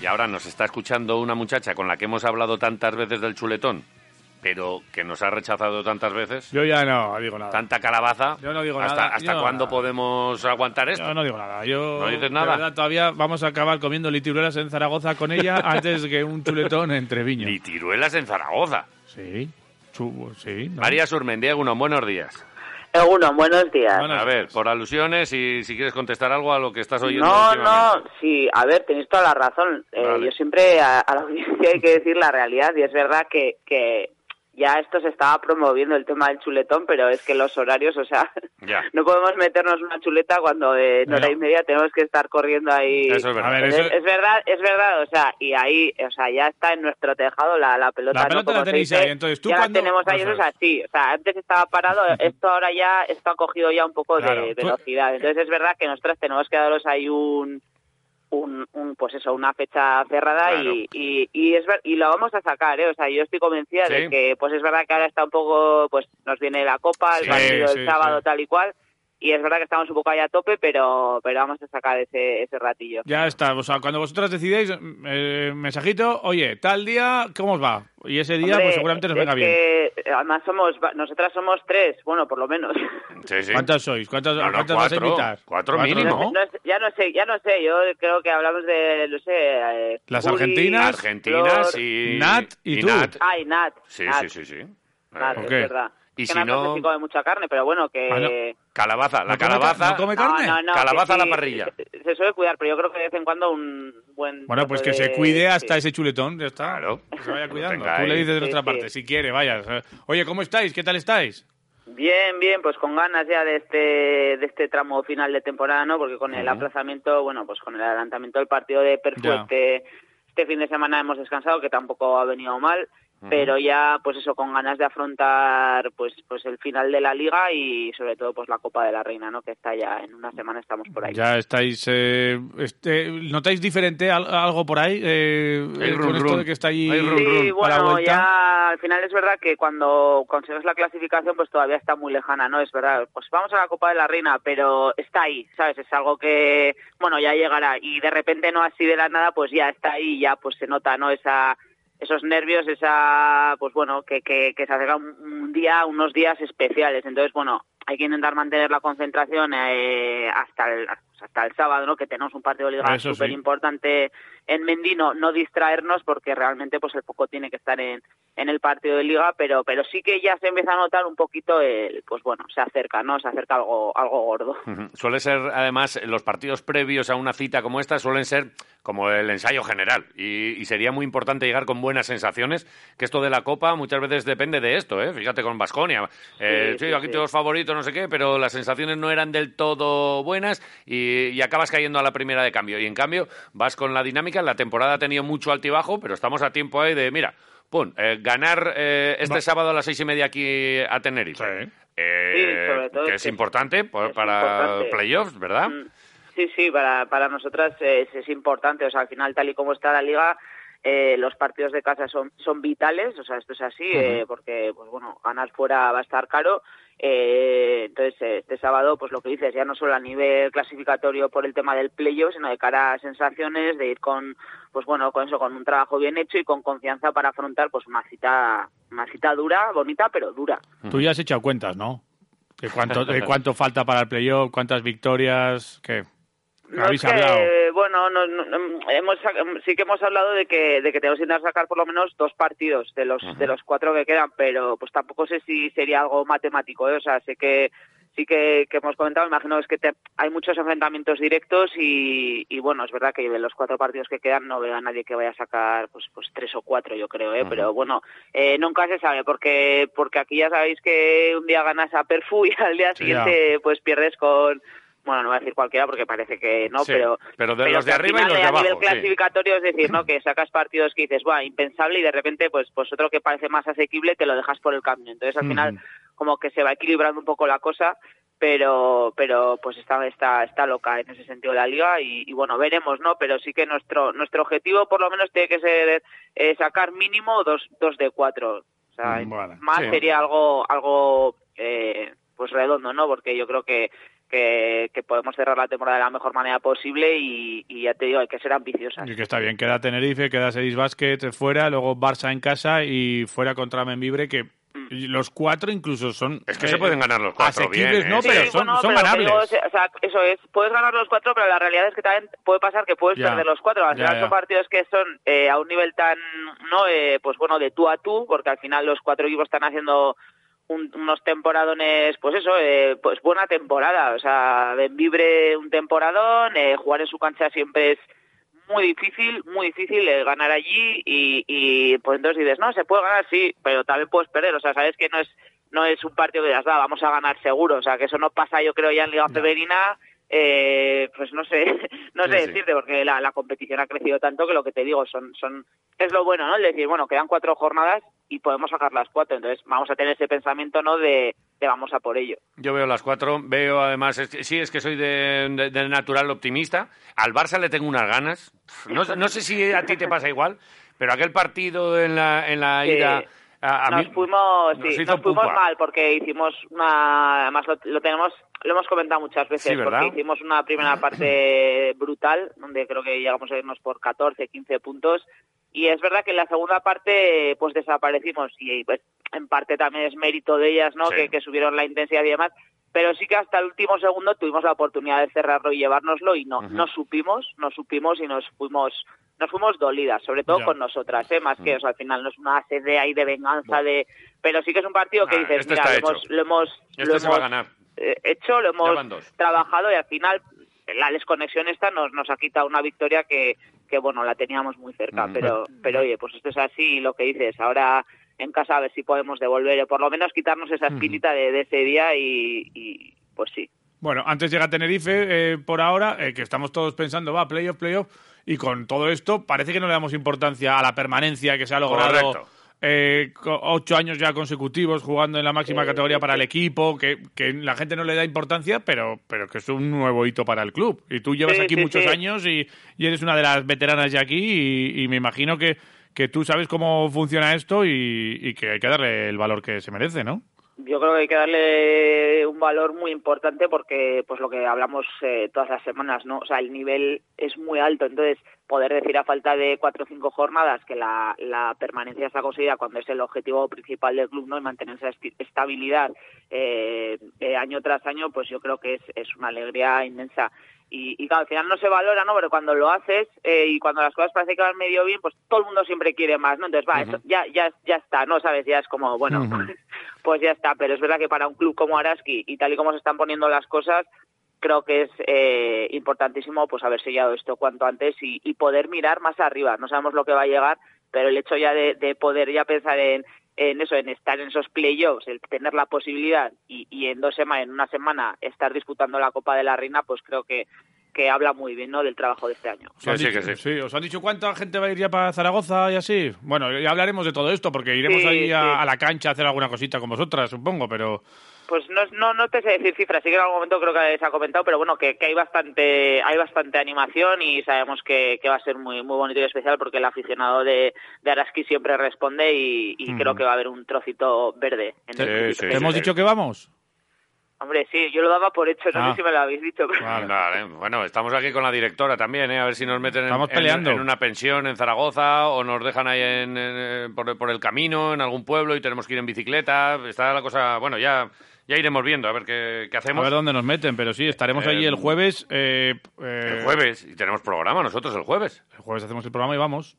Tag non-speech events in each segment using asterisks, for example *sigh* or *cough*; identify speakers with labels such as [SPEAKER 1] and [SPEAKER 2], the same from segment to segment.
[SPEAKER 1] Y ahora nos está escuchando una muchacha con la que hemos hablado tantas veces del chuletón, pero que nos ha rechazado tantas veces.
[SPEAKER 2] Yo ya no digo nada.
[SPEAKER 1] Tanta calabaza.
[SPEAKER 2] Yo no digo
[SPEAKER 1] ¿Hasta,
[SPEAKER 2] nada.
[SPEAKER 1] ¿Hasta
[SPEAKER 2] Yo
[SPEAKER 1] cuándo
[SPEAKER 2] nada.
[SPEAKER 1] podemos aguantar esto?
[SPEAKER 2] Yo no digo nada. Yo,
[SPEAKER 1] ¿No dices
[SPEAKER 2] de
[SPEAKER 1] nada?
[SPEAKER 2] verdad, todavía vamos a acabar comiendo litiruleras en Zaragoza con
[SPEAKER 1] *laughs*
[SPEAKER 2] ella antes que un chuletón en Treviño.
[SPEAKER 1] Ni tiruelas en Zaragoza.
[SPEAKER 2] Sí. Chubo, sí. ¿no?
[SPEAKER 1] María Surmendía, unos buenos días.
[SPEAKER 3] Algunos, buenos días.
[SPEAKER 2] Buenos
[SPEAKER 1] A ver,
[SPEAKER 2] días.
[SPEAKER 1] por alusiones y si quieres contestar algo a lo que estás oyendo.
[SPEAKER 3] No,
[SPEAKER 1] últimamente.
[SPEAKER 3] no, sí, a ver, tenéis toda la razón. Eh,
[SPEAKER 1] Vale.
[SPEAKER 3] yo siempre a, a la *laughs* audiencia hay que decir la realidad y es verdad que, que ya esto se estaba promoviendo el tema del chuletón, pero es que los horarios, o sea,
[SPEAKER 1] Ya.
[SPEAKER 3] *laughs* no podemos meternos una chuleta cuando en
[SPEAKER 2] No.
[SPEAKER 3] hora y media tenemos que estar corriendo ahí.
[SPEAKER 1] Eso es verdad.
[SPEAKER 2] A ver,
[SPEAKER 3] Es,
[SPEAKER 2] eso-
[SPEAKER 3] es verdad, es verdad, o sea, y ahí, o sea, ya está en nuestro tejado la, la pelota.
[SPEAKER 2] La
[SPEAKER 3] ¿no?
[SPEAKER 2] pelota
[SPEAKER 3] Como
[SPEAKER 2] la
[SPEAKER 3] se
[SPEAKER 2] tenéis
[SPEAKER 3] dice,
[SPEAKER 2] ahí, entonces, ¿tú
[SPEAKER 3] ya la
[SPEAKER 2] cuándo?
[SPEAKER 3] tenemos ahí,
[SPEAKER 2] Eso
[SPEAKER 3] eso es
[SPEAKER 2] es.
[SPEAKER 3] así, o sea, antes estaba parado, esto ahora ya, esto ha cogido ya un poco
[SPEAKER 2] Claro,
[SPEAKER 3] de
[SPEAKER 2] tú-
[SPEAKER 3] velocidad, entonces es verdad que nosotros tenemos que daros ahí un, un, un, pues eso, una fecha cerrada
[SPEAKER 1] Claro.
[SPEAKER 3] y, y, y es ver- y lo vamos a sacar, ¿eh? o sea, yo estoy convencida
[SPEAKER 1] Sí.
[SPEAKER 3] de que, pues es verdad que ahora está un poco, pues nos viene la copa, el
[SPEAKER 1] Sí,
[SPEAKER 3] partido
[SPEAKER 2] sí,
[SPEAKER 3] el sábado,
[SPEAKER 2] sí.
[SPEAKER 3] tal y cual, y es verdad que estamos un poco ahí a tope, pero, pero vamos a sacar ese, ese ratillo.
[SPEAKER 2] Ya está. O sea, cuando vosotras decidéis, mm, eh, mensajito, oye, tal día, ¿cómo os va? Y ese día,
[SPEAKER 3] Hombre,
[SPEAKER 2] pues seguramente nos
[SPEAKER 3] es
[SPEAKER 2] venga bien.
[SPEAKER 3] que, eh, además somos, va- nosotras somos tres, bueno, por lo menos.
[SPEAKER 1] Sí, sí.
[SPEAKER 2] ¿Cuántas sois? ¿Cuántas,
[SPEAKER 1] No,
[SPEAKER 2] a
[SPEAKER 1] no,
[SPEAKER 2] cuántas
[SPEAKER 1] cuatro.
[SPEAKER 2] vas a invitar?
[SPEAKER 1] Cuatro mínimo.
[SPEAKER 2] ¿no?
[SPEAKER 3] *laughs* No sé- ya no sé, ya no sé, yo creo que hablamos de, no sé... eh,
[SPEAKER 2] Las
[SPEAKER 3] Juli,
[SPEAKER 2] argentinas.
[SPEAKER 1] Argentinas
[SPEAKER 3] Flor-
[SPEAKER 1] y.
[SPEAKER 2] Nat y tú.
[SPEAKER 1] Nat.
[SPEAKER 3] Ay, Nat.
[SPEAKER 1] Sí,
[SPEAKER 3] Nat,
[SPEAKER 1] sí, sí, sí.
[SPEAKER 3] Nat,
[SPEAKER 1] Eh,
[SPEAKER 2] Ok.
[SPEAKER 3] es verdad.
[SPEAKER 1] Y
[SPEAKER 3] Es
[SPEAKER 1] si
[SPEAKER 3] que Nat
[SPEAKER 1] no-
[SPEAKER 3] sé si come mucha carne, pero bueno, que...
[SPEAKER 2] Ah, no.
[SPEAKER 1] Calabaza, la
[SPEAKER 2] ¿No come car-
[SPEAKER 1] calabaza.
[SPEAKER 2] no come carne?
[SPEAKER 3] No, no, no,
[SPEAKER 1] Calabaza
[SPEAKER 3] que
[SPEAKER 1] a la
[SPEAKER 3] sí,
[SPEAKER 1] parrilla.
[SPEAKER 3] Se, se suele cuidar, pero yo creo que de vez en cuando un buen...
[SPEAKER 2] Bueno, pues
[SPEAKER 3] trozo
[SPEAKER 2] que se
[SPEAKER 3] de-
[SPEAKER 2] cuide hasta
[SPEAKER 3] sí.
[SPEAKER 2] ese chuletón, ya está.
[SPEAKER 1] Claro.
[SPEAKER 2] Que se vaya
[SPEAKER 1] Lo
[SPEAKER 2] cuidando.
[SPEAKER 1] tenga
[SPEAKER 2] Tú le
[SPEAKER 1] ahí.
[SPEAKER 2] dices de
[SPEAKER 3] Sí,
[SPEAKER 2] nuestra
[SPEAKER 3] sí.
[SPEAKER 2] parte, si quiere, vaya. Oye, ¿cómo estáis? ¿Qué tal estáis?
[SPEAKER 3] Bien, bien, pues con ganas ya de este, de este tramo final de temporada, ¿no? Porque con el
[SPEAKER 1] Ujú.
[SPEAKER 3] aplazamiento, bueno, pues con el adelantamiento del partido de Perfu este, este fin de semana hemos descansado, que tampoco ha venido mal, pero ya, pues eso, con ganas de afrontar, pues, pues el final de la liga y sobre todo, pues la Copa de la Reina, ¿no? Que está ya en una semana estamos por ahí.
[SPEAKER 2] Ya estáis. eh, este, ¿Notáis diferente al- algo por ahí? Eh,
[SPEAKER 1] Hay
[SPEAKER 2] eh,
[SPEAKER 1] run,
[SPEAKER 2] con esto
[SPEAKER 1] run.
[SPEAKER 2] de que está ahí.
[SPEAKER 1] Hay run, run.
[SPEAKER 3] Sí,
[SPEAKER 2] a la
[SPEAKER 3] bueno,
[SPEAKER 2] vuelta.
[SPEAKER 3] ya al final es verdad que cuando consigues la clasificación, pues todavía está muy lejana, ¿no? Es verdad, pues vamos a la Copa de la Reina, pero está ahí, ¿sabes? Es algo que, bueno, ya llegará y de repente no así de la nada, pues ya está ahí, ya pues se nota, ¿no? Esa esos nervios, esa, pues bueno, que, que, que se acerca un, un día, unos días especiales. Entonces, bueno, hay que intentar mantener la concentración eh, hasta el hasta el sábado, ¿no? Que tenemos un partido de liga
[SPEAKER 2] Eso sí.
[SPEAKER 3] súper importante en Mendino, no distraernos porque realmente pues el foco tiene que estar en, en el partido de liga, pero pero sí que ya se empieza a notar un poquito el, pues bueno, se acerca, ¿no? Se acerca algo algo gordo.
[SPEAKER 1] Ujú. Suele ser, además, los partidos previos a una cita como esta suelen ser como el ensayo general. Y, y sería muy importante llegar con buenas sensaciones, que esto de la Copa muchas veces depende de esto, ¿eh? Fíjate con Basconia. Eh,
[SPEAKER 3] Sí, sí,
[SPEAKER 1] aquí
[SPEAKER 3] sí.
[SPEAKER 1] todos favoritos, no sé qué, pero las sensaciones no eran del todo buenas y, y acabas cayendo a la primera de cambio. Y en cambio, vas con la dinámica. La temporada ha tenido mucho altibajo, pero estamos a tiempo ahí de, mira, pum, eh, ganar eh, este
[SPEAKER 2] Va-
[SPEAKER 1] sábado a las seis y media aquí a Tenerife.
[SPEAKER 2] Sí.
[SPEAKER 1] Eh,
[SPEAKER 3] Sí, sobre todo
[SPEAKER 1] que
[SPEAKER 3] es
[SPEAKER 1] es
[SPEAKER 3] que-
[SPEAKER 1] importante por-
[SPEAKER 3] es
[SPEAKER 1] para
[SPEAKER 3] importante.
[SPEAKER 1] playoffs, ¿verdad?
[SPEAKER 3] Mm, Sí, sí, para, para nosotras eh, es, es importante. O sea, al final, tal y como está la liga, eh, los partidos de casa son, son vitales. O sea, esto es así, eh, porque, pues bueno, ganar fuera va a estar caro. Eh, entonces, eh, este sábado, pues lo que dices, ya no solo a nivel clasificatorio por el tema del playoff, sino de cara a sensaciones, de ir con, pues bueno, con eso, con un trabajo bien hecho y con confianza para afrontar, pues una cita, una cita dura, bonita, pero dura.
[SPEAKER 2] Tú ya has echado cuentas, ¿no? ¿De cuánto, de cuánto falta para el playoff? ¿Cuántas victorias? ¿Qué?
[SPEAKER 3] No
[SPEAKER 2] ¿Habéis
[SPEAKER 3] es que,
[SPEAKER 2] hablado?
[SPEAKER 3] Bueno, no, no, no, hemos, sac- sí que hemos hablado de que, de que tenemos que intentar sacar por lo menos dos partidos de los, de los cuatro que quedan, pero pues tampoco sé si sería algo matemático, ¿eh? o sea, sé que sí que, que hemos comentado, imagino es que te- hay muchos enfrentamientos directos y, y, bueno, es verdad que de los cuatro partidos que quedan no veo a nadie que vaya a sacar pues, pues tres o cuatro, yo creo, ¿eh? pero bueno, eh, nunca se sabe, porque, porque aquí ya sabéis que un día ganas a Perfu y al día
[SPEAKER 2] Sí, ya.
[SPEAKER 3] siguiente pues pierdes con bueno, no voy a decir cualquiera porque parece que no,
[SPEAKER 1] Sí,
[SPEAKER 3] pero...
[SPEAKER 1] pero de los
[SPEAKER 3] que
[SPEAKER 1] de
[SPEAKER 3] al
[SPEAKER 1] arriba y
[SPEAKER 3] final,
[SPEAKER 1] los de
[SPEAKER 3] a
[SPEAKER 1] abajo,
[SPEAKER 3] nivel
[SPEAKER 1] sí.
[SPEAKER 3] clasificatorio, es
[SPEAKER 1] *laughs*
[SPEAKER 3] decir, ¿no? Que sacas partidos que dices, va, impensable, y de repente, pues, pues otro que parece más asequible te lo dejas por el camino. Entonces, al
[SPEAKER 2] Mm,
[SPEAKER 1] Mm.
[SPEAKER 3] final, como que se va equilibrando un poco la cosa, pero, pero pues está, está, está loca en ese sentido la liga y, y bueno, veremos, ¿no? Pero sí que nuestro, nuestro objetivo, por lo menos, tiene que ser eh, sacar mínimo dos, dos de cuatro. O sea,
[SPEAKER 2] Mm, vale.
[SPEAKER 3] más
[SPEAKER 1] Sí.
[SPEAKER 3] sería algo, algo eh, pues redondo, ¿no? Porque yo creo que, que, que podemos cerrar la temporada de la mejor manera posible y, y ya te digo, hay que ser ambiciosas.
[SPEAKER 2] Y que está bien, queda Tenerife, queda Sedis Basket fuera, luego Barça en casa y fuera contra Membibre, que
[SPEAKER 3] Mm.
[SPEAKER 2] los cuatro incluso son...
[SPEAKER 1] Es que se pueden ganar los cuatro bien,
[SPEAKER 2] asequibles,
[SPEAKER 1] ¿eh?
[SPEAKER 2] ¿no?
[SPEAKER 1] Sí,
[SPEAKER 2] pero son,
[SPEAKER 3] bueno,
[SPEAKER 2] son
[SPEAKER 3] pero
[SPEAKER 2] ganables.
[SPEAKER 3] digo, o sea, eso es, puedes ganar los cuatro, pero la realidad es que también puede pasar que puedes
[SPEAKER 2] Ya.
[SPEAKER 3] perder los cuatro. Al
[SPEAKER 2] Ya,
[SPEAKER 3] final
[SPEAKER 2] ya.
[SPEAKER 3] son partidos que son eh, a un nivel tan, no, Eh, pues bueno, de tú a tú, porque al final los cuatro equipos están haciendo un- unos temporadones, pues eso, eh, pues buena temporada. O sea, Benvibre un temporadón, eh, jugar en su cancha siempre es muy difícil, muy difícil eh, ganar allí y, y pues entonces dices, no, se puede ganar, sí, pero también puedes perder. O sea, sabes que no es no es un partido que digas, "Va, vamos a ganar seguro. O sea, que eso no pasa, yo creo, ya en Liga Femenina. eh, pues no sé, *laughs* no
[SPEAKER 2] Sí,
[SPEAKER 3] sé
[SPEAKER 2] sí.
[SPEAKER 3] decirte, porque la, la competición ha crecido tanto que lo que te digo son, son es lo bueno, ¿no? El decir, bueno, quedan cuatro jornadas y podemos sacar las cuatro. Entonces, vamos a tener ese pensamiento, ¿no? De, de vamos a por ello.
[SPEAKER 1] Yo veo las cuatro, veo además, es que- sí, es que soy de, de- de natural optimista. Al Barça le tengo unas ganas. No, no sé si a ti te pasa igual, pero aquel partido en la, en la
[SPEAKER 3] Sí.
[SPEAKER 1] ida. A, a
[SPEAKER 3] nos
[SPEAKER 1] mí-
[SPEAKER 3] fuimos,
[SPEAKER 1] nos
[SPEAKER 3] sí,
[SPEAKER 1] hizo
[SPEAKER 3] nos fuimos
[SPEAKER 1] pupa.
[SPEAKER 3] mal porque hicimos una, además lo, lo tenemos, lo hemos comentado muchas veces,
[SPEAKER 1] Sí, ¿verdad?
[SPEAKER 3] porque hicimos una primera
[SPEAKER 1] *laughs*
[SPEAKER 3] parte brutal, donde creo que llegamos a irnos por 14, 15 puntos, y es verdad que en la segunda parte pues desaparecimos, y pues en parte también es mérito de ellas, ¿no?
[SPEAKER 1] Sí.
[SPEAKER 3] Que, que subieron la intensidad y demás, pero sí que hasta el último segundo tuvimos la oportunidad de cerrarlo y llevárnoslo y no,
[SPEAKER 1] Ujú.
[SPEAKER 3] no supimos, no supimos y nos fuimos nos fuimos dolidas, sobre todo
[SPEAKER 2] Ya.
[SPEAKER 3] con nosotras, ¿eh? más
[SPEAKER 1] Mm.
[SPEAKER 3] que o sea, al final no es una sed de ahí de venganza de pero sí que es un partido que
[SPEAKER 1] Ah,
[SPEAKER 3] dices,
[SPEAKER 1] este
[SPEAKER 3] mira,
[SPEAKER 1] está
[SPEAKER 3] lo
[SPEAKER 1] hecho.
[SPEAKER 3] hemos, lo hemos, lo
[SPEAKER 1] Este se va a
[SPEAKER 3] hemos,
[SPEAKER 1] ganar.
[SPEAKER 3] eh, hecho, lo
[SPEAKER 1] Ya van dos.
[SPEAKER 3] hemos trabajado y al final la desconexión esta nos, nos ha quitado una victoria que, que bueno, la teníamos muy cerca,
[SPEAKER 1] Mm.
[SPEAKER 3] pero, pero oye, pues esto es así y lo que dices, ahora en casa a ver si podemos devolver, o por lo menos quitarnos esa espinita de, de ese día y, y pues sí.
[SPEAKER 2] Bueno, antes llega Tenerife eh, por ahora, eh, que estamos todos pensando, va, playoff, playoff, y con todo esto parece que no le damos importancia a la permanencia que se ha logrado.
[SPEAKER 1] Correcto.
[SPEAKER 2] eh, co- ocho años ya consecutivos jugando en la
[SPEAKER 3] Eh,
[SPEAKER 2] máxima categoría para el equipo, que, que la gente no le da importancia, pero, pero que es un nuevo hito para el club. Y tú llevas
[SPEAKER 3] Sí,
[SPEAKER 2] aquí
[SPEAKER 3] sí,
[SPEAKER 2] muchos
[SPEAKER 3] sí.
[SPEAKER 2] años y, y eres una de las veteranas ya aquí y, y me imagino que, que tú sabes cómo funciona esto y, y que hay que darle el valor que se merece, ¿no?
[SPEAKER 3] Yo creo que hay que darle un valor muy importante porque, pues lo que hablamos eh, todas las semanas, ¿no? O sea, el nivel es muy alto. Entonces, poder decir a falta de cuatro o cinco jornadas que la, la permanencia está conseguida cuando es el objetivo principal del club, ¿no? Y mantener esa esti- estabilidad eh, eh, año tras año, pues yo creo que es, es una alegría inmensa. Y, y claro, al final no se valora, ¿no? Pero cuando lo haces eh, y cuando las cosas parece que van medio bien, pues todo el mundo siempre quiere más, ¿no? Entonces, va, esto ya, ya, ya está, ¿no? ¿Sabes? Ya es como, bueno, *laughs* pues ya está. Pero es verdad que para un club como Araski y tal y como se están poniendo las cosas, creo que es eh, importantísimo pues haber sellado esto cuanto antes y, y poder mirar más arriba. No sabemos lo que va a llegar, pero el hecho ya de, de poder ya pensar en, en eso, en estar en esos playoffs, el tener la posibilidad y, y en dos semanas, en una semana, estar disputando la Copa de la Reina, pues creo que, que habla muy bien ¿no? del trabajo de este año.
[SPEAKER 2] ¿Os han
[SPEAKER 1] Sí, sí,
[SPEAKER 2] dicho-
[SPEAKER 1] que sí.
[SPEAKER 2] ¿Os han dicho cuánta gente va a ir ya para Zaragoza y así? Bueno, ya hablaremos de todo esto porque iremos
[SPEAKER 3] Sí,
[SPEAKER 2] ahí a,
[SPEAKER 3] sí.
[SPEAKER 2] a la cancha a hacer alguna cosita con vosotras, supongo, pero
[SPEAKER 3] Pues no, no, no te sé decir cifras, sí que en algún momento creo que se ha comentado, pero bueno, que, que hay bastante hay bastante animación y sabemos que, que va a ser muy muy bonito y especial porque el aficionado de, de Araski siempre responde y, y creo que va a haber un trocito verde. En
[SPEAKER 1] Sí,
[SPEAKER 3] el
[SPEAKER 1] sí,
[SPEAKER 2] ¿te
[SPEAKER 1] sí.
[SPEAKER 2] hemos dicho que vamos?
[SPEAKER 3] Hombre, sí, yo lo daba por hecho, no
[SPEAKER 2] Ah.
[SPEAKER 3] sé si me lo habéis dicho. Pero...
[SPEAKER 1] Ah.
[SPEAKER 2] Vale.
[SPEAKER 1] Vale, bueno, estamos aquí con la directora también, ¿eh? a ver si nos meten en-
[SPEAKER 2] Estamos
[SPEAKER 1] en,
[SPEAKER 2] peleando.
[SPEAKER 1] en una pensión en Zaragoza o nos dejan ahí en, en- por, por el camino, en algún pueblo y tenemos que ir en bicicleta. Está la cosa, bueno, ya, ya iremos viendo a ver qué, qué
[SPEAKER 2] A
[SPEAKER 1] hacemos.
[SPEAKER 2] ver dónde nos meten, pero sí, estaremos
[SPEAKER 1] Eh,
[SPEAKER 2] allí el jueves. eh, eh,
[SPEAKER 1] El jueves, y tenemos programa nosotros el jueves.
[SPEAKER 2] el jueves hacemos el programa y vamos.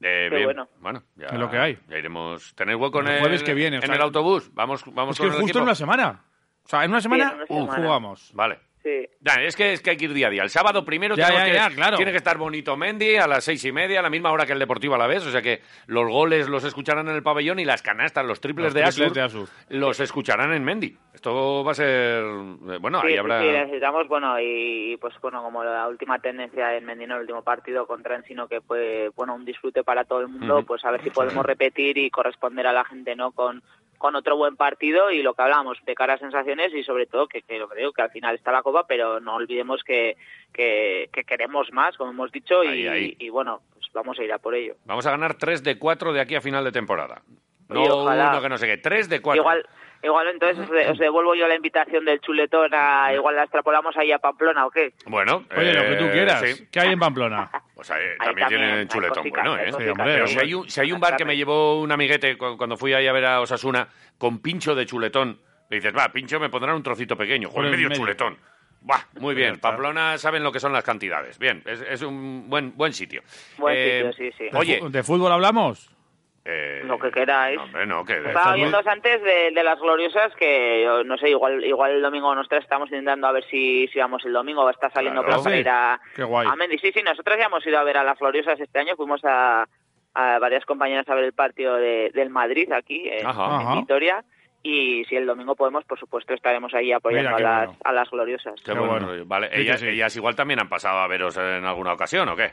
[SPEAKER 1] Eh,
[SPEAKER 3] Qué
[SPEAKER 1] bien.
[SPEAKER 3] bueno.
[SPEAKER 1] ya,
[SPEAKER 2] Es lo que hay.
[SPEAKER 1] Ya iremos. ¿Tenéis hueco en
[SPEAKER 2] El
[SPEAKER 1] el,
[SPEAKER 2] jueves que viene, o
[SPEAKER 1] en
[SPEAKER 2] sea,
[SPEAKER 1] el autobús. Vamos, vamos
[SPEAKER 2] es que
[SPEAKER 1] con el
[SPEAKER 2] justo
[SPEAKER 1] equipo.
[SPEAKER 2] en una semana. O sea, en una semana,
[SPEAKER 3] en
[SPEAKER 2] uh,
[SPEAKER 3] una semana.
[SPEAKER 2] jugamos.
[SPEAKER 1] Vale.
[SPEAKER 3] *laughs* Sí.
[SPEAKER 1] Nah, es, que, es que hay que ir día a día. El sábado primero
[SPEAKER 2] Ya,
[SPEAKER 1] tenemos
[SPEAKER 2] ya,
[SPEAKER 1] que,
[SPEAKER 2] ya, claro.
[SPEAKER 1] tiene que estar bonito Mendy a las seis y media, a la misma hora que el Deportivo a la vez. O sea que los goles los escucharán en el pabellón y las canastas, los triples,
[SPEAKER 2] Los
[SPEAKER 1] de,
[SPEAKER 2] triples
[SPEAKER 1] Asur,
[SPEAKER 2] de Asur.
[SPEAKER 1] los escucharán en Mendy. Esto va a ser... eh, Bueno,
[SPEAKER 3] Sí,
[SPEAKER 1] ahí
[SPEAKER 3] sí,
[SPEAKER 1] Ah, habrá...
[SPEAKER 3] sí, necesitamos, bueno, y pues bueno, como la última tendencia en Mendino, el último partido contra Ensino, que fue, bueno, un disfrute para todo el mundo,
[SPEAKER 1] Ujú.
[SPEAKER 3] pues a ver si podemos repetir y corresponder a la gente, ¿no? Con, con otro buen partido y lo que hablamos de cara a sensaciones y sobre todo que, que lo que digo, que al final está la copa, pero no olvidemos que, que, que queremos más, como hemos dicho,
[SPEAKER 1] Ahí,
[SPEAKER 3] y,
[SPEAKER 1] ahí.
[SPEAKER 3] y bueno, pues vamos a ir a por ello.
[SPEAKER 1] Vamos a ganar 3 de 4 de aquí a final de temporada. No
[SPEAKER 3] Oye, ojalá.
[SPEAKER 1] uno que no sé qué, 3 de 4.
[SPEAKER 3] Igual, igual entonces os, de- os devuelvo yo la invitación del chuletón a, igual la extrapolamos ahí a Pamplona o qué.
[SPEAKER 1] Bueno,
[SPEAKER 2] Oye, lo que tú
[SPEAKER 1] eh,
[SPEAKER 2] quieras.
[SPEAKER 1] sí.
[SPEAKER 2] ¿Qué hay en Pamplona?
[SPEAKER 1] Pues ahí
[SPEAKER 3] Ahí
[SPEAKER 1] también, tienen
[SPEAKER 3] hay
[SPEAKER 1] chuletón
[SPEAKER 3] cositas,
[SPEAKER 1] bueno,
[SPEAKER 3] hay
[SPEAKER 1] ¿eh?
[SPEAKER 3] cositas,
[SPEAKER 2] hombre,
[SPEAKER 1] Pero
[SPEAKER 2] Sí,
[SPEAKER 1] si hay, un, si hay un bar que me llevó un amiguete cu- cuando fui ahí a ver a Osasuna con pincho de chuletón, le dices, va, pincho me pondrán un trocito pequeño,
[SPEAKER 2] Por
[SPEAKER 1] joder,
[SPEAKER 2] el
[SPEAKER 1] medio,
[SPEAKER 2] medio. Pues
[SPEAKER 1] chuletón. Buah, muy bien,
[SPEAKER 2] Ya está.
[SPEAKER 1] Pamplona saben lo que son las cantidades. Bien, es, es un buen, buen sitio. Eh,
[SPEAKER 3] Buen sitio, sí, sí.
[SPEAKER 1] Oye,
[SPEAKER 2] ¿De fu- ¿de fútbol hablamos?
[SPEAKER 1] eh,
[SPEAKER 3] Lo que queráis.
[SPEAKER 1] No, hombre, no, que de-
[SPEAKER 3] Estaba
[SPEAKER 2] Está
[SPEAKER 3] viendo antes de, de las gloriosas que, yo no sé, igual igual el domingo nosotros estamos intentando a ver si, si vamos el domingo, está saliendo
[SPEAKER 1] Claro.
[SPEAKER 3] plan para
[SPEAKER 2] Sí.
[SPEAKER 3] ir a,
[SPEAKER 2] Qué guay.
[SPEAKER 3] a Mendy. Sí, sí, nosotros ya hemos ido a ver a las gloriosas este año, fuimos a, a varias compañeras a ver el partido de- del Madrid aquí en,
[SPEAKER 1] Ajá.
[SPEAKER 3] en
[SPEAKER 2] Ajá.
[SPEAKER 3] Vitoria y si el domingo podemos, por supuesto, estaremos ahí apoyando
[SPEAKER 2] Mira, qué
[SPEAKER 3] a, las,
[SPEAKER 2] bueno.
[SPEAKER 3] a las gloriosas.
[SPEAKER 1] qué
[SPEAKER 2] Qué
[SPEAKER 1] bueno.
[SPEAKER 2] bueno.
[SPEAKER 1] rollo. Vale,
[SPEAKER 2] Sí que
[SPEAKER 1] ellas,
[SPEAKER 2] sí.
[SPEAKER 1] ellas igual también han pasado a veros en alguna ocasión, ¿o qué?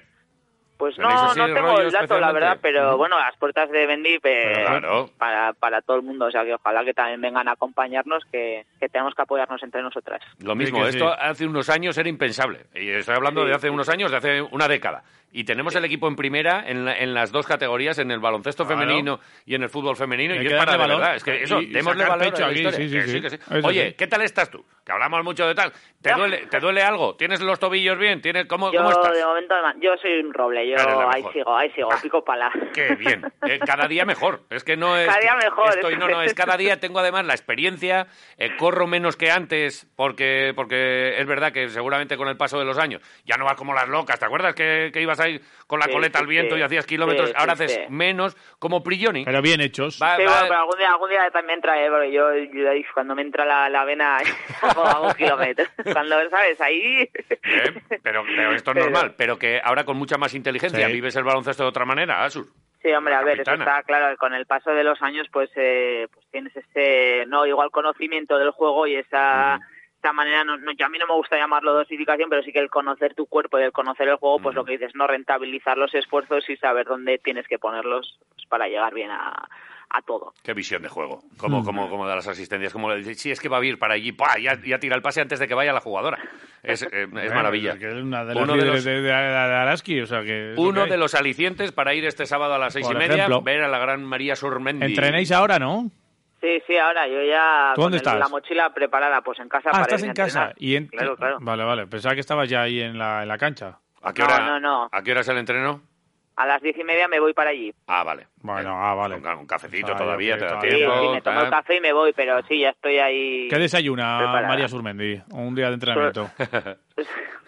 [SPEAKER 3] Pues no,
[SPEAKER 1] ¿Tenéis así
[SPEAKER 3] no
[SPEAKER 1] el
[SPEAKER 3] tengo
[SPEAKER 1] rollo
[SPEAKER 3] el dato, la
[SPEAKER 1] especialmente?
[SPEAKER 3] verdad, pero bueno, las puertas de Bendy
[SPEAKER 1] Pero claro.
[SPEAKER 3] para, para todo el mundo, o sea que ojalá que también vengan a acompañarnos, que, que tenemos que apoyarnos entre nosotras.
[SPEAKER 1] Lo
[SPEAKER 2] Sí
[SPEAKER 1] mismo,
[SPEAKER 2] que sí.
[SPEAKER 1] esto hace unos años era impensable. Y estoy hablando
[SPEAKER 3] Sí,
[SPEAKER 1] de hace
[SPEAKER 3] sí.
[SPEAKER 1] unos años, de hace una década. Y tenemos el equipo en primera en, la- en las dos categorías, en el baloncesto
[SPEAKER 2] Claro.
[SPEAKER 1] femenino y en el fútbol femenino.
[SPEAKER 2] Hay
[SPEAKER 1] Y
[SPEAKER 2] que
[SPEAKER 1] es para de
[SPEAKER 2] darle
[SPEAKER 1] verdad.
[SPEAKER 2] valor
[SPEAKER 1] Es que eso,
[SPEAKER 2] y- y
[SPEAKER 1] démosle
[SPEAKER 2] sacar
[SPEAKER 1] valor
[SPEAKER 2] pecho
[SPEAKER 1] a la
[SPEAKER 2] aquí,
[SPEAKER 1] historia.
[SPEAKER 2] sí, sí,
[SPEAKER 1] Que
[SPEAKER 2] sí.
[SPEAKER 1] que sí.
[SPEAKER 2] Eso
[SPEAKER 1] Oye,
[SPEAKER 2] sí.
[SPEAKER 1] ¿qué tal estás tú? Que hablamos mucho de tal. ¿Te
[SPEAKER 3] Ya.
[SPEAKER 1] duele, te duele algo? ¿Tienes los tobillos bien? ¿Tienes, cómo,
[SPEAKER 3] Yo
[SPEAKER 1] ¿Cómo estás?
[SPEAKER 3] de momento, yo soy un roble, yo
[SPEAKER 1] Eres la
[SPEAKER 3] ahí
[SPEAKER 1] mejor.
[SPEAKER 3] sigo, ahí sigo,
[SPEAKER 1] Ah.
[SPEAKER 3] pico
[SPEAKER 1] *laughs*
[SPEAKER 3] pala.
[SPEAKER 1] Qué bien. Eh, cada día mejor. Es que no es.
[SPEAKER 3] Cada día mejor.
[SPEAKER 1] Estoy, no, no, es cada día tengo además la experiencia. eh, corro menos que antes porque, porque es verdad que seguramente con el paso de los años ya no vas como las locas. ¿Te acuerdas que, que ibas ahí con la
[SPEAKER 3] Sí,
[SPEAKER 1] coleta
[SPEAKER 3] sí,
[SPEAKER 1] al viento
[SPEAKER 3] sí.
[SPEAKER 1] y hacías kilómetros?
[SPEAKER 3] Sí,
[SPEAKER 1] Ahora
[SPEAKER 3] sí,
[SPEAKER 1] haces
[SPEAKER 3] sí.
[SPEAKER 1] menos como Prigioni.
[SPEAKER 2] Pero bien hechos.
[SPEAKER 1] Va-
[SPEAKER 3] Sí,
[SPEAKER 1] va-
[SPEAKER 3] bueno, pero algún día, algún día también trae, porque yo, yo ahí cuando me entra la, la vena *laughs* hago,
[SPEAKER 1] *laughs*
[SPEAKER 3] hago kilómetros. Cuando, ¿sabes? Ahí...
[SPEAKER 1] Bien, eh, pero, pero esto es
[SPEAKER 3] *laughs* Pero-
[SPEAKER 1] normal. Pero que ahora con mucha más inteligencia
[SPEAKER 2] Sí.
[SPEAKER 1] vives el baloncesto de otra manera, Asur.
[SPEAKER 3] Sí, hombre,
[SPEAKER 1] La
[SPEAKER 3] a ver, eso
[SPEAKER 1] capitana.
[SPEAKER 3] está claro. Con el paso de los años, pues, eh, pues tienes ese, no, igual conocimiento del juego y esa,
[SPEAKER 2] Mm.
[SPEAKER 3] esa manera, no, no, yo a mí no me gusta llamarlo dosificación, pero sí que el conocer tu cuerpo y el conocer el juego,
[SPEAKER 2] Mm.
[SPEAKER 3] pues lo que dices, no rentabilizar los esfuerzos y saber dónde tienes que ponerlos pues, para llegar bien a, a todo.
[SPEAKER 1] Qué visión de juego.
[SPEAKER 2] Mm.
[SPEAKER 1] Como, como, como de las asistencias. Como le dice, sí, es que va a ir para allí. ¡pah! Ya, ya tira el pase antes de que vaya la jugadora. Es, eh, es
[SPEAKER 2] Bueno,
[SPEAKER 1] maravilla.
[SPEAKER 2] es que es una de las
[SPEAKER 1] Uno, de
[SPEAKER 2] líderes
[SPEAKER 1] los,
[SPEAKER 2] de, de- de Araski, o sea que... es lo
[SPEAKER 1] uno
[SPEAKER 2] que
[SPEAKER 1] de
[SPEAKER 2] hay.
[SPEAKER 1] los alicientes para ir este sábado a las seis
[SPEAKER 2] Por
[SPEAKER 1] y media,
[SPEAKER 2] ejemplo.
[SPEAKER 1] ver a la gran María Sormendi.
[SPEAKER 2] ¿Entrenéis ahora, no?
[SPEAKER 3] Sí, sí, ahora yo ya
[SPEAKER 2] ¿Tú dónde
[SPEAKER 3] con el- la
[SPEAKER 2] estás?
[SPEAKER 3] mochila preparada, pues en casa.
[SPEAKER 2] Ah,
[SPEAKER 3] para
[SPEAKER 2] estás
[SPEAKER 3] irme
[SPEAKER 2] en
[SPEAKER 3] a
[SPEAKER 2] casa.
[SPEAKER 3] entrenar.
[SPEAKER 2] Y en-
[SPEAKER 3] Claro, claro.
[SPEAKER 2] Vale, vale. Pensaba que estabas ya ahí en la, en la cancha.
[SPEAKER 1] ¿A qué
[SPEAKER 3] No,
[SPEAKER 1] hora,
[SPEAKER 3] no, no.
[SPEAKER 1] ¿A qué hora es el entreno?
[SPEAKER 3] A las diez y media me voy para allí.
[SPEAKER 1] Ah, vale.
[SPEAKER 2] Bueno,
[SPEAKER 1] Eh,
[SPEAKER 2] ah, vale.
[SPEAKER 1] Un, ca- un cafecito
[SPEAKER 2] Ah, yo
[SPEAKER 1] todavía,
[SPEAKER 2] creo
[SPEAKER 1] te da
[SPEAKER 2] que todavía.
[SPEAKER 3] Sí,
[SPEAKER 1] tiempo.
[SPEAKER 3] sí, me tomo
[SPEAKER 1] tal.
[SPEAKER 3] el café y me voy,
[SPEAKER 2] Ah.
[SPEAKER 3] pero sí, ya estoy ahí.
[SPEAKER 2] ¿Qué desayuna
[SPEAKER 3] Preparada.
[SPEAKER 2] María Surmendi? Un día de entrenamiento. *laughs*
[SPEAKER 3] *laughs*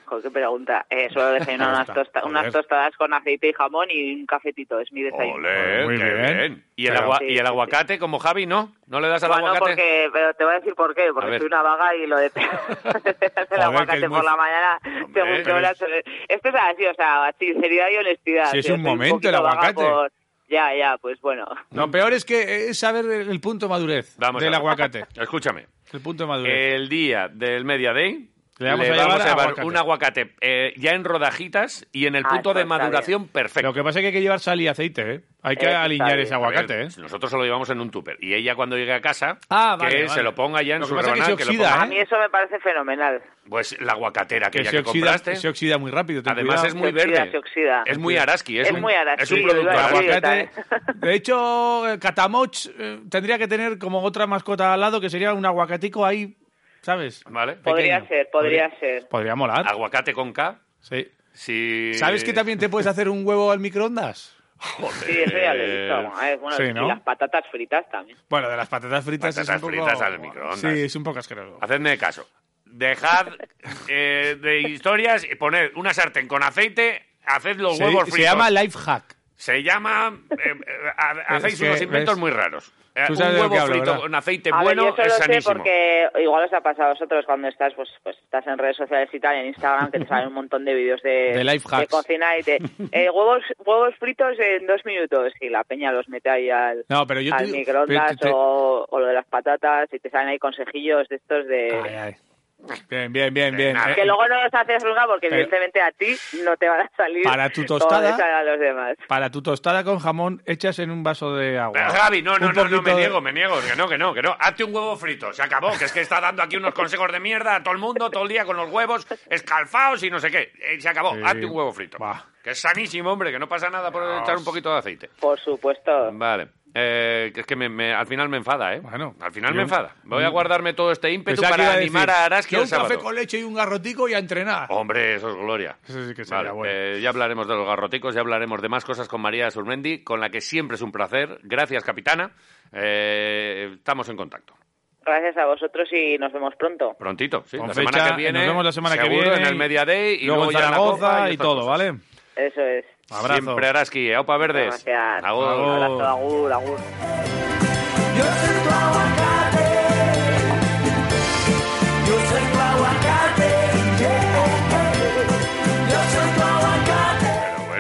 [SPEAKER 3] Joder, qué pregunta. Eh, suelo desayunar
[SPEAKER 2] Ya
[SPEAKER 3] unas,
[SPEAKER 2] está,
[SPEAKER 3] tosta-
[SPEAKER 2] joder.
[SPEAKER 3] unas tostadas con aceite y jamón y un cafetito. Es mi desayuno.
[SPEAKER 1] Ole,
[SPEAKER 2] Muy
[SPEAKER 1] qué
[SPEAKER 2] bien.
[SPEAKER 1] ¿Y el,
[SPEAKER 2] Pero-
[SPEAKER 1] agua-
[SPEAKER 3] Sí,
[SPEAKER 1] y
[SPEAKER 3] sí,
[SPEAKER 1] el
[SPEAKER 3] sí.
[SPEAKER 1] aguacate, como Javi, no? ¿No le das al
[SPEAKER 3] Bueno,
[SPEAKER 1] aguacate?
[SPEAKER 3] porque, pero te voy a decir por qué.
[SPEAKER 1] A
[SPEAKER 3] Porque
[SPEAKER 1] ver.
[SPEAKER 3] soy una vaga y lo de *laughs* hacer el aguacate
[SPEAKER 2] que es muy-
[SPEAKER 3] por la mañana, según qué
[SPEAKER 1] pero
[SPEAKER 3] hora
[SPEAKER 2] es-
[SPEAKER 3] se- Esto es así, o sea, sinceridad y honestidad.
[SPEAKER 2] Si es
[SPEAKER 3] Yo
[SPEAKER 2] un
[SPEAKER 3] soy
[SPEAKER 2] momento
[SPEAKER 3] poquito
[SPEAKER 2] el
[SPEAKER 3] vaga
[SPEAKER 2] aguacate.
[SPEAKER 3] por- Ya, ya, pues bueno.
[SPEAKER 2] Lo peor es que es saber el, el punto de madurez
[SPEAKER 1] Vamos
[SPEAKER 2] del
[SPEAKER 1] a ver.
[SPEAKER 2] aguacate.
[SPEAKER 1] Escúchame.
[SPEAKER 2] El punto de madurez.
[SPEAKER 1] El día del Media Day
[SPEAKER 2] Le vamos a llevar aguacate.
[SPEAKER 1] un aguacate eh, ya en rodajitas y en el
[SPEAKER 3] Ah,
[SPEAKER 1] punto
[SPEAKER 3] eso
[SPEAKER 1] de
[SPEAKER 3] está
[SPEAKER 1] maduración perfecto.
[SPEAKER 2] Lo que pasa es que hay que llevar sal y aceite, ¿eh? Hay que
[SPEAKER 3] Eso está
[SPEAKER 2] alinear
[SPEAKER 3] bien.
[SPEAKER 2] ese
[SPEAKER 1] A ver,
[SPEAKER 2] aguacate, ¿eh?
[SPEAKER 1] Nosotros se lo llevamos en un tupper. Y ella cuando llegue a casa,
[SPEAKER 2] Ah, vale,
[SPEAKER 1] que
[SPEAKER 2] vale.
[SPEAKER 1] se lo ponga ya en
[SPEAKER 2] Lo que
[SPEAKER 1] su
[SPEAKER 2] pasa es que
[SPEAKER 1] rebanada,
[SPEAKER 2] se
[SPEAKER 1] lo
[SPEAKER 2] oxida, ¿eh?
[SPEAKER 1] ponga-
[SPEAKER 3] A mí eso me parece fenomenal.
[SPEAKER 1] Pues la guacartera que,
[SPEAKER 2] Que
[SPEAKER 1] ya
[SPEAKER 2] se
[SPEAKER 1] que
[SPEAKER 2] oxida,
[SPEAKER 1] compraste.
[SPEAKER 2] se oxida muy rápido. ten
[SPEAKER 1] Además
[SPEAKER 2] cuidado.
[SPEAKER 1] es muy
[SPEAKER 3] Se oxida,
[SPEAKER 1] verde.
[SPEAKER 3] se oxida.
[SPEAKER 1] Es muy araski. Es,
[SPEAKER 3] Es
[SPEAKER 1] un,
[SPEAKER 3] muy araski,
[SPEAKER 1] Es un
[SPEAKER 3] yo
[SPEAKER 1] producto
[SPEAKER 3] iba a
[SPEAKER 2] El
[SPEAKER 3] decir.
[SPEAKER 1] araski.
[SPEAKER 2] aguacate.
[SPEAKER 3] dieta,
[SPEAKER 2] De hecho, eh, Catamoch eh, tendría que tener como otra mascota al lado que sería un aguacatico ahí, ¿sabes?
[SPEAKER 1] Vale.
[SPEAKER 3] Podría
[SPEAKER 2] Pequeño.
[SPEAKER 3] ser, podría ser.
[SPEAKER 2] Podría molar.
[SPEAKER 1] Aguacate con K.
[SPEAKER 2] Sí.
[SPEAKER 1] Si...
[SPEAKER 2] ¿Sabes que también te puedes hacer un huevo al microondas?
[SPEAKER 1] Joder.
[SPEAKER 3] Sí, eso ya lo he visto. alguna vez. Bueno,
[SPEAKER 2] Eh, Sí,
[SPEAKER 3] y
[SPEAKER 2] ¿no?
[SPEAKER 3] las patatas fritas también.
[SPEAKER 2] Bueno, de las patatas fritas
[SPEAKER 1] Patatas
[SPEAKER 2] es un poco...
[SPEAKER 1] fritas al microondas.
[SPEAKER 2] Sí, es un poco asqueroso.
[SPEAKER 1] Hacedme caso. Dejad eh, de historias y poned una sartén con aceite, haced los
[SPEAKER 2] Se,
[SPEAKER 1] huevos
[SPEAKER 2] se
[SPEAKER 1] fritos.
[SPEAKER 2] llama life hack.
[SPEAKER 1] Se llama... eh, eh, ha- hacéis
[SPEAKER 2] que,
[SPEAKER 1] unos inventos
[SPEAKER 2] ves,
[SPEAKER 1] muy raros. Eh,
[SPEAKER 2] tú
[SPEAKER 1] un
[SPEAKER 2] sabes de lo
[SPEAKER 1] huevo
[SPEAKER 2] que hablo,
[SPEAKER 1] frito
[SPEAKER 2] ¿verdad?
[SPEAKER 1] con aceite
[SPEAKER 3] A ver,
[SPEAKER 1] bueno
[SPEAKER 3] yo
[SPEAKER 1] es
[SPEAKER 3] eso lo sé
[SPEAKER 1] sanísimo.
[SPEAKER 3] porque igual os ha pasado a vosotros cuando estás, pues, pues estás en redes sociales y tal, en Instagram, que te salen un montón de vídeos de,
[SPEAKER 2] De life hacks.
[SPEAKER 3] cocina
[SPEAKER 2] *laughs*
[SPEAKER 3] y te... eh, huevos, huevos fritos en dos minutos y la peña los mete ahí al,
[SPEAKER 2] No, pero yo
[SPEAKER 3] al
[SPEAKER 2] te digo-
[SPEAKER 3] microondas
[SPEAKER 2] pero te- te-
[SPEAKER 3] O, o lo de las patatas y te salen ahí consejillos de estos de...
[SPEAKER 2] Ay, ay. Bien, bien, bien, bien.
[SPEAKER 1] nada,
[SPEAKER 2] Eh,
[SPEAKER 3] que luego no los haces nunca porque
[SPEAKER 2] Pero-
[SPEAKER 3] evidentemente a ti no te van a salir
[SPEAKER 2] Para tu
[SPEAKER 3] como
[SPEAKER 2] tostada-
[SPEAKER 3] le salen a los demás.
[SPEAKER 2] Para tu tostada con jamón, echas en un vaso de agua.
[SPEAKER 1] Pero, Javi, no,
[SPEAKER 2] Un
[SPEAKER 1] no, no, no, me
[SPEAKER 2] poquito de-
[SPEAKER 1] niego, me niego, que no, que no, que no. Hazte un huevo frito, se acabó, que es que está dando aquí unos consejos de mierda a todo el mundo, todo el día con los huevos escalfados y no sé qué. Eh, se acabó,
[SPEAKER 2] Sí.
[SPEAKER 1] hazte un huevo frito.
[SPEAKER 2] Va.
[SPEAKER 1] Que es sanísimo, hombre, que no pasa nada por
[SPEAKER 2] Dios.
[SPEAKER 1] echar un poquito de aceite.
[SPEAKER 3] Por supuesto.
[SPEAKER 1] Vale. Eh, que es que me- me- al final me enfada, ¿eh?
[SPEAKER 2] Bueno.
[SPEAKER 1] al final
[SPEAKER 2] Yo- mm,
[SPEAKER 1] me enfada. Voy a guardarme todo este ímpetu
[SPEAKER 2] Pensaba que
[SPEAKER 1] para
[SPEAKER 2] iba a
[SPEAKER 1] animar
[SPEAKER 2] decir,
[SPEAKER 1] a Araski
[SPEAKER 2] yo
[SPEAKER 1] el
[SPEAKER 2] un café
[SPEAKER 1] sábado.
[SPEAKER 2] con leche y un garrotico y a entrenar.
[SPEAKER 1] Hombre, eso es gloria.
[SPEAKER 2] Eso sí que sería bueno.
[SPEAKER 1] eh, ya hablaremos de los garroticos, ya hablaremos de más cosas con María Surmendi, con la que siempre es un placer. Gracias, capitana. Eh, estamos en contacto.
[SPEAKER 3] Gracias a vosotros y nos vemos pronto.
[SPEAKER 1] Prontito, sí.
[SPEAKER 2] Con
[SPEAKER 1] la
[SPEAKER 2] fecha,
[SPEAKER 1] semana que viene.
[SPEAKER 2] nos vemos la semana que
[SPEAKER 1] seguro,
[SPEAKER 2] viene
[SPEAKER 1] en el
[SPEAKER 2] y-
[SPEAKER 1] Media Day y luego,
[SPEAKER 2] luego en
[SPEAKER 1] ya en la
[SPEAKER 2] Zaragoza
[SPEAKER 1] Copa
[SPEAKER 2] y
[SPEAKER 1] estas
[SPEAKER 2] todo,
[SPEAKER 1] cosas.
[SPEAKER 2] ¿vale?
[SPEAKER 3] Eso es.
[SPEAKER 2] Abrazo.
[SPEAKER 1] Siempre Araski, Aupa Verdes.
[SPEAKER 3] Gracias.
[SPEAKER 1] Agur.
[SPEAKER 3] Un abrazo, agur, agur.
[SPEAKER 4] Yo soy tu aguacate, yo soy tu aguacate, yeah. yo soy tu aguacate.